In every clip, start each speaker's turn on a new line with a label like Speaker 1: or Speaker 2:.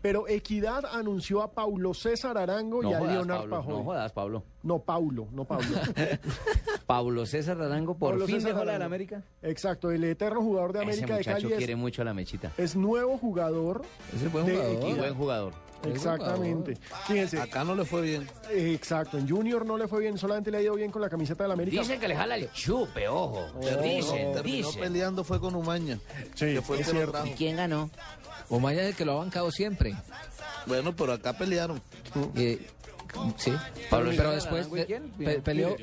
Speaker 1: Pero Equidad anunció a Paulo César Arango
Speaker 2: No
Speaker 1: y a
Speaker 2: jodas,
Speaker 1: Leonard
Speaker 2: Pablo.
Speaker 1: Pajoy.
Speaker 2: No jodas, Pablo.
Speaker 1: No, Paulo, no Pablo.
Speaker 2: Pablo César Arango por
Speaker 1: Pablo
Speaker 2: fin
Speaker 1: César
Speaker 2: dejó la del
Speaker 1: Arango.
Speaker 2: América.
Speaker 1: Exacto, el eterno jugador de América
Speaker 2: Ese
Speaker 1: de Cali
Speaker 2: muchacho
Speaker 1: es,
Speaker 2: quiere mucho a la mechita.
Speaker 1: es nuevo jugador.
Speaker 3: Ese es buen
Speaker 1: de
Speaker 3: jugador.
Speaker 2: Y
Speaker 1: Equidad.
Speaker 2: buen jugador.
Speaker 1: Exactamente. Fíjense,
Speaker 3: Acá no le fue bien.
Speaker 1: exacto, en Junior no le fue bien, solamente le ha ido bien con la camiseta del América.
Speaker 2: Dicen que le jala el chupe, ojo.
Speaker 1: Oh,
Speaker 2: Dicen,
Speaker 3: terminó
Speaker 2: dicen.
Speaker 3: peleando fue con Umaña.
Speaker 1: Sí,
Speaker 3: que fue el
Speaker 1: es
Speaker 3: que lo
Speaker 1: cierto.
Speaker 3: trajo.
Speaker 2: ¿Quién ganó?
Speaker 3: Umaña es el que lo ha bancado siempre. Bueno, pero acá pelearon. sí,
Speaker 2: Pablo
Speaker 3: pero
Speaker 2: César
Speaker 3: después
Speaker 2: Arango,
Speaker 3: de-
Speaker 2: ¿y quién?
Speaker 3: pe- peleó,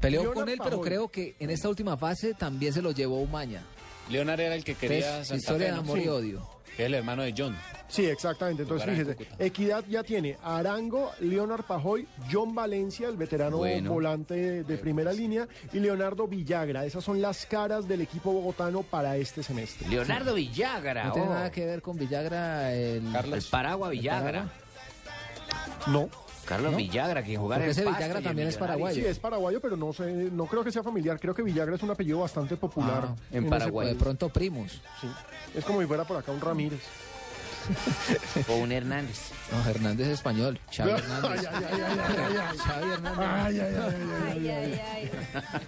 Speaker 3: peleó con
Speaker 1: Leonard
Speaker 3: él, pero
Speaker 1: Pajoy.
Speaker 3: creo que en esta última fase también se lo llevó Umaña.
Speaker 4: Leonard era el que quería
Speaker 3: Entonces,
Speaker 4: Santa
Speaker 3: historia
Speaker 4: Fe,
Speaker 3: de
Speaker 4: ¿no?
Speaker 3: amor y odio.
Speaker 4: que es el hermano de John.
Speaker 1: Sí, exactamente. Entonces,
Speaker 4: Jugará en
Speaker 1: fíjese,
Speaker 4: Cúcuta.
Speaker 1: Equidad ya tiene a Arango, Leonard Pajoy, John Valencia, el veterano
Speaker 2: Bueno. pues.
Speaker 1: volante de primera línea, y Leonardo Villagra. Esas son las caras del equipo bogotano para este semestre.
Speaker 2: Leonardo Villagra.
Speaker 4: Ah,
Speaker 3: No tiene
Speaker 2: ojo.
Speaker 4: oh.
Speaker 3: nada que ver con Villagra el...
Speaker 2: El Paragua Villagra.
Speaker 1: No.
Speaker 2: Carlos Villagra, quien jugara
Speaker 3: Porque
Speaker 2: en
Speaker 3: ese
Speaker 2: Pasto y
Speaker 3: Villagra
Speaker 2: en
Speaker 3: también es
Speaker 2: Millonarios.
Speaker 3: paraguayo.
Speaker 1: Sí, es paraguayo, pero no sé, no creo que sea familiar. Creo que Villagra es un apellido bastante popular.
Speaker 3: Ah,
Speaker 2: en
Speaker 1: ese
Speaker 2: Paraguay.
Speaker 3: O de
Speaker 1: país.
Speaker 3: pronto primos.
Speaker 1: Sí. Es como si fuera por acá un Ramírez.
Speaker 2: O un Hernández.
Speaker 3: No, Hernández es español. Xavi
Speaker 1: Ay,
Speaker 3: Hernández.
Speaker 1: ay, ay, ay, ay, ay, ay.
Speaker 3: Xavi Hernández.
Speaker 1: Ay, ay, ay, ay, ay, ay.